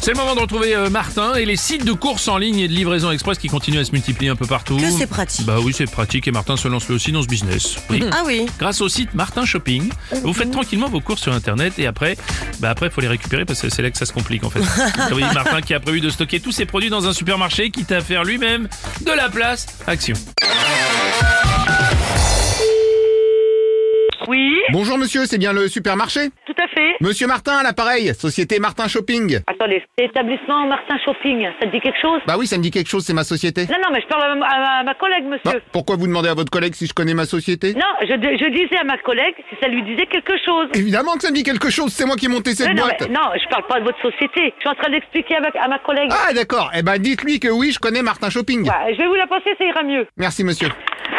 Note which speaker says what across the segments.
Speaker 1: C'est le moment de retrouver euh, Martin et les sites de courses en ligne et de livraison express qui continuent à se multiplier un peu partout.
Speaker 2: Que c'est pratique.
Speaker 1: Bah oui, c'est pratique et Martin se lance lui aussi dans ce business. Oui.
Speaker 2: Ah oui.
Speaker 1: Grâce au site Martin Shopping, vous faites tranquillement vos courses sur internet et après, bah après faut les récupérer parce que c'est là que ça se complique en fait. Ah oui, Martin qui a prévu de stocker tous ses produits dans un supermarché quitte à faire lui-même de la place. Action.
Speaker 3: Oui,
Speaker 4: Bonjour monsieur, c'est bien le supermarché
Speaker 3: tout à fait.
Speaker 4: Monsieur Martin à l'appareil, société Martin Shopping.
Speaker 3: Attendez, établissement Martin Shopping, ça te dit quelque chose
Speaker 4: Bah oui, ça me dit quelque chose, c'est ma société.
Speaker 3: Non, non, mais je parle à ma, à ma- à ma collègue,
Speaker 4: Bah,
Speaker 3: monsieur.
Speaker 4: pourquoi vous demandez à votre collègue si je connais ma société
Speaker 3: Non, je, je disais à ma collègue si ça lui disait quelque chose.
Speaker 4: Évidemment que ça me dit quelque chose, c'est moi qui ai monté cette
Speaker 3: Non, non,
Speaker 4: boîte.
Speaker 3: mais- non, je parle pas de votre société. Je suis en train d'expliquer à, ma- à ma collègue.
Speaker 4: Ah d'accord, eh ben dites-lui que oui, je connais Martin Shopping.
Speaker 3: Ouais, je vais vous la passer, ça ira mieux.
Speaker 4: Merci monsieur.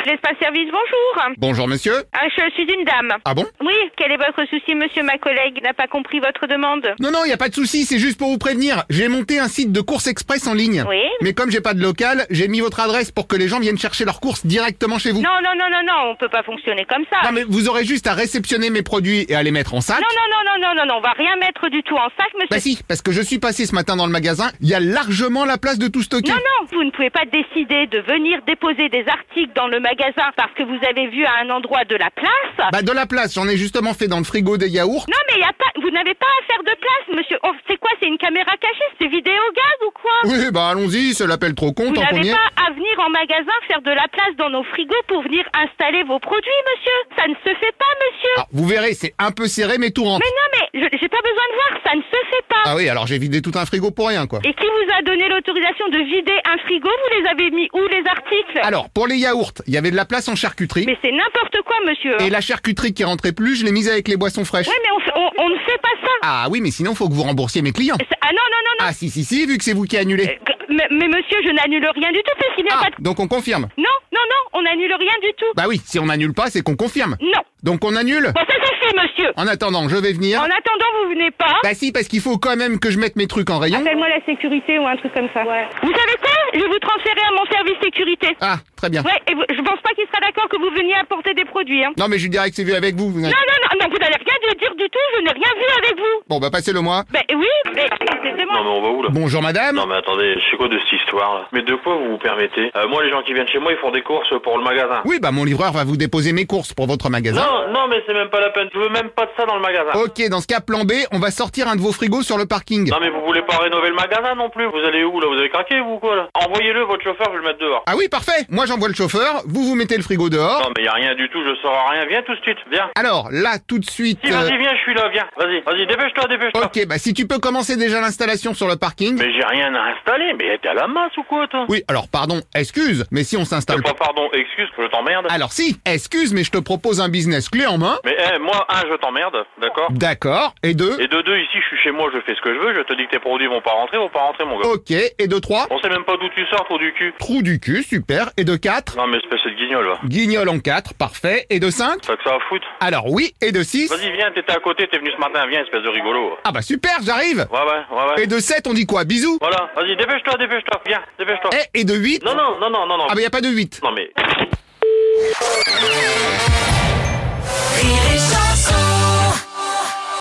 Speaker 5: L'espace service, bonjour.
Speaker 4: Bonjour monsieur.
Speaker 5: Ah, Je suis une dame.
Speaker 4: Ah bon
Speaker 5: Oui, quel est votre souci, monsieur Ma collègue n'a pas compris votre demande.
Speaker 4: Non, non, il a pas de souci, c'est juste pour vous prévenir. J'ai monté un site de course express en ligne.
Speaker 5: Oui.
Speaker 4: Mais comme j'ai pas de local, j'ai mis votre adresse pour que les gens viennent chercher leurs courses directement chez vous.
Speaker 5: Non, non, non, non, non, on peut pas fonctionner comme ça.
Speaker 4: Non, mais vous aurez juste à réceptionner mes produits et à les mettre en sac.
Speaker 5: Non, non, non, non, non, non, non, on va rien mettre du tout en sac, monsieur.
Speaker 4: Bah si, parce que je suis passé ce matin dans le magasin, il y a largement la place de tout stocker.
Speaker 5: Non, non, vous ne pouvez pas décider de venir déposer des articles dans le magasin parce que vous avez vu à un endroit de la place.
Speaker 4: Bah de la place, j'en ai justement fait dans le frigo des yaourts.
Speaker 5: Non, mais y a pas, vous n'avez pas à faire de place, monsieur. Oh, c'est quoi, c'est une caméra cachée, c'est vidéo gag ou quoi
Speaker 4: Oui, bah allons-y, ça l'appelle trop con,
Speaker 5: Vous
Speaker 4: tant qu'on y
Speaker 5: n'avez
Speaker 4: est.
Speaker 5: pas à venir en magasin faire de la place dans nos frigos pour venir installer vos produits, monsieur. Ça ne se fait pas, monsieur.
Speaker 4: Alors, Ah, vous verrez, c'est un peu serré, mais tout rentre.
Speaker 5: Mais non, mais je- j'ai pas besoin de voir, ça ne se fait pas.
Speaker 4: Ah oui, alors j'ai vidé tout un frigo pour rien, quoi.
Speaker 5: Et qui vous a donné l'autorisation de vider un frigo Vous les avez mis où les articles
Speaker 4: Alors, pour les yaourts, il y avait de la place en charcuterie.
Speaker 5: Mais c'est n'importe quoi, monsieur.
Speaker 4: Et la charcuterie qui rentrait plus, je l'ai mise avec les boissons fraîches.
Speaker 5: Oui, mais on, fait- on- on ne fait pas ça.
Speaker 4: Ah oui, mais sinon, faut que vous remboursiez mes clients.
Speaker 5: C'est- Ah non, non, non, non.
Speaker 4: Ah si, si, si, vu que c'est vous qui annulez.
Speaker 5: Euh, Mais, mais monsieur, je n'annule rien du tout parce qu'il n'y a
Speaker 4: Ah,
Speaker 5: pas de...
Speaker 4: donc on confirme.
Speaker 5: Non, non, non, on n'annule rien du tout.
Speaker 4: Bah oui, si on annule pas, c'est qu'on confirme.
Speaker 5: Non.
Speaker 4: Donc on annule
Speaker 5: Bon, ça suffit, monsieur.
Speaker 4: En attendant, je vais venir.
Speaker 5: En attendant, vous venez pas.
Speaker 4: Bah si, parce qu'il faut quand même que je mette mes trucs en rayon.
Speaker 5: Appelle-moi la sécurité ou un truc comme ça.
Speaker 4: Bah.
Speaker 5: Vous savez quoi Je vais vous transférer à mon service sécurité.
Speaker 4: Ah, très bien.
Speaker 5: Ouais, et vous- je pense pas qu'il sera d'accord que vous veniez apporter des produits. Hein.
Speaker 4: Non, mais je lui dirai que c'est vu avec vous. vous n'avez-
Speaker 5: Non, non, non, non, vous n'allez rien lui dire du tout, je n'ai rien vu avec vous.
Speaker 4: Bon, bah passez-le moi.
Speaker 5: Ben oui, mais c'est
Speaker 6: Non mais
Speaker 5: moi.
Speaker 6: on va où là
Speaker 4: Bonjour madame.
Speaker 6: Non mais attendez, c'est quoi de cette histoire là Mais de quoi vous vous permettez Euh, Moi les gens qui viennent chez moi ils font des courses pour le magasin.
Speaker 4: Oui, bah mon livreur va vous déposer mes courses pour votre magasin.
Speaker 6: Non, non mais c'est même pas la peine, je veux même pas de ça dans le magasin.
Speaker 4: Ok, dans ce cas, plan B, on va sortir un de vos frigos sur le parking.
Speaker 6: Non mais vous voulez pas rénover le magasin non plus Vous allez où là Vous avez craqué vous ou quoi là Envoyez-le votre chauffeur, je vais le mettre dehors.
Speaker 4: Ah oui, parfait. Moi, j'envoie le chauffeur, vous vous mettez le frigo dehors.
Speaker 6: Non mais y a rien du tout, je sors à rien, viens tout de suite, viens.
Speaker 4: Alors, là, tout de suite...
Speaker 6: Si
Speaker 4: euh,
Speaker 6: vas-y viens, je suis là, viens. Vas-y, vas-y, dépêche-toi, dépêche-toi.
Speaker 4: Ok, bah si tu peux commencer déjà l'installation sur le parking...
Speaker 6: Mais j'ai rien à installer, mais t'es à la masse ou quoi toi
Speaker 4: Oui, alors pardon, excuse, mais si on s'installe...
Speaker 6: Pas pardon, excuse que je t'emmerde.
Speaker 4: Alors si, excuse, mais je te propose un business clé en main.
Speaker 6: Mais eh, moi un je t'emmerde, d'accord
Speaker 4: D'accord, et deux...
Speaker 6: Et de deux, ici, je suis chez moi, je fais ce que je veux, je te dis que tes produits vont pas rentrer, vont pas rentrer, mon gars.
Speaker 4: Ok, et de trois...
Speaker 6: On sait même pas d'où tu sors, trou du cul.
Speaker 4: Trou du cul, super. Et de 4,
Speaker 6: Non, mais espèce de guignol, va.
Speaker 4: guignol en 4, parfait. Et de 5,
Speaker 6: T'as que ça à foutre.
Speaker 4: alors oui. Et de 6,
Speaker 6: Vas-y, viens, t'étais à côté, t'es venu ce matin, viens, espèce de rigolo.
Speaker 4: ah bah super, j'arrive.
Speaker 6: Ouais, ouais, ouais, ouais.
Speaker 4: Et de 7, on dit quoi Bisous.
Speaker 6: Voilà, vas-y, dépêche-toi, dépêche-toi, viens,
Speaker 4: Eh.
Speaker 6: dépêche-toi.
Speaker 4: Et, Ah, et de 8,
Speaker 6: Non, non, non, non, non, non.
Speaker 4: ah bah y a pas de 8.
Speaker 6: Non, mais.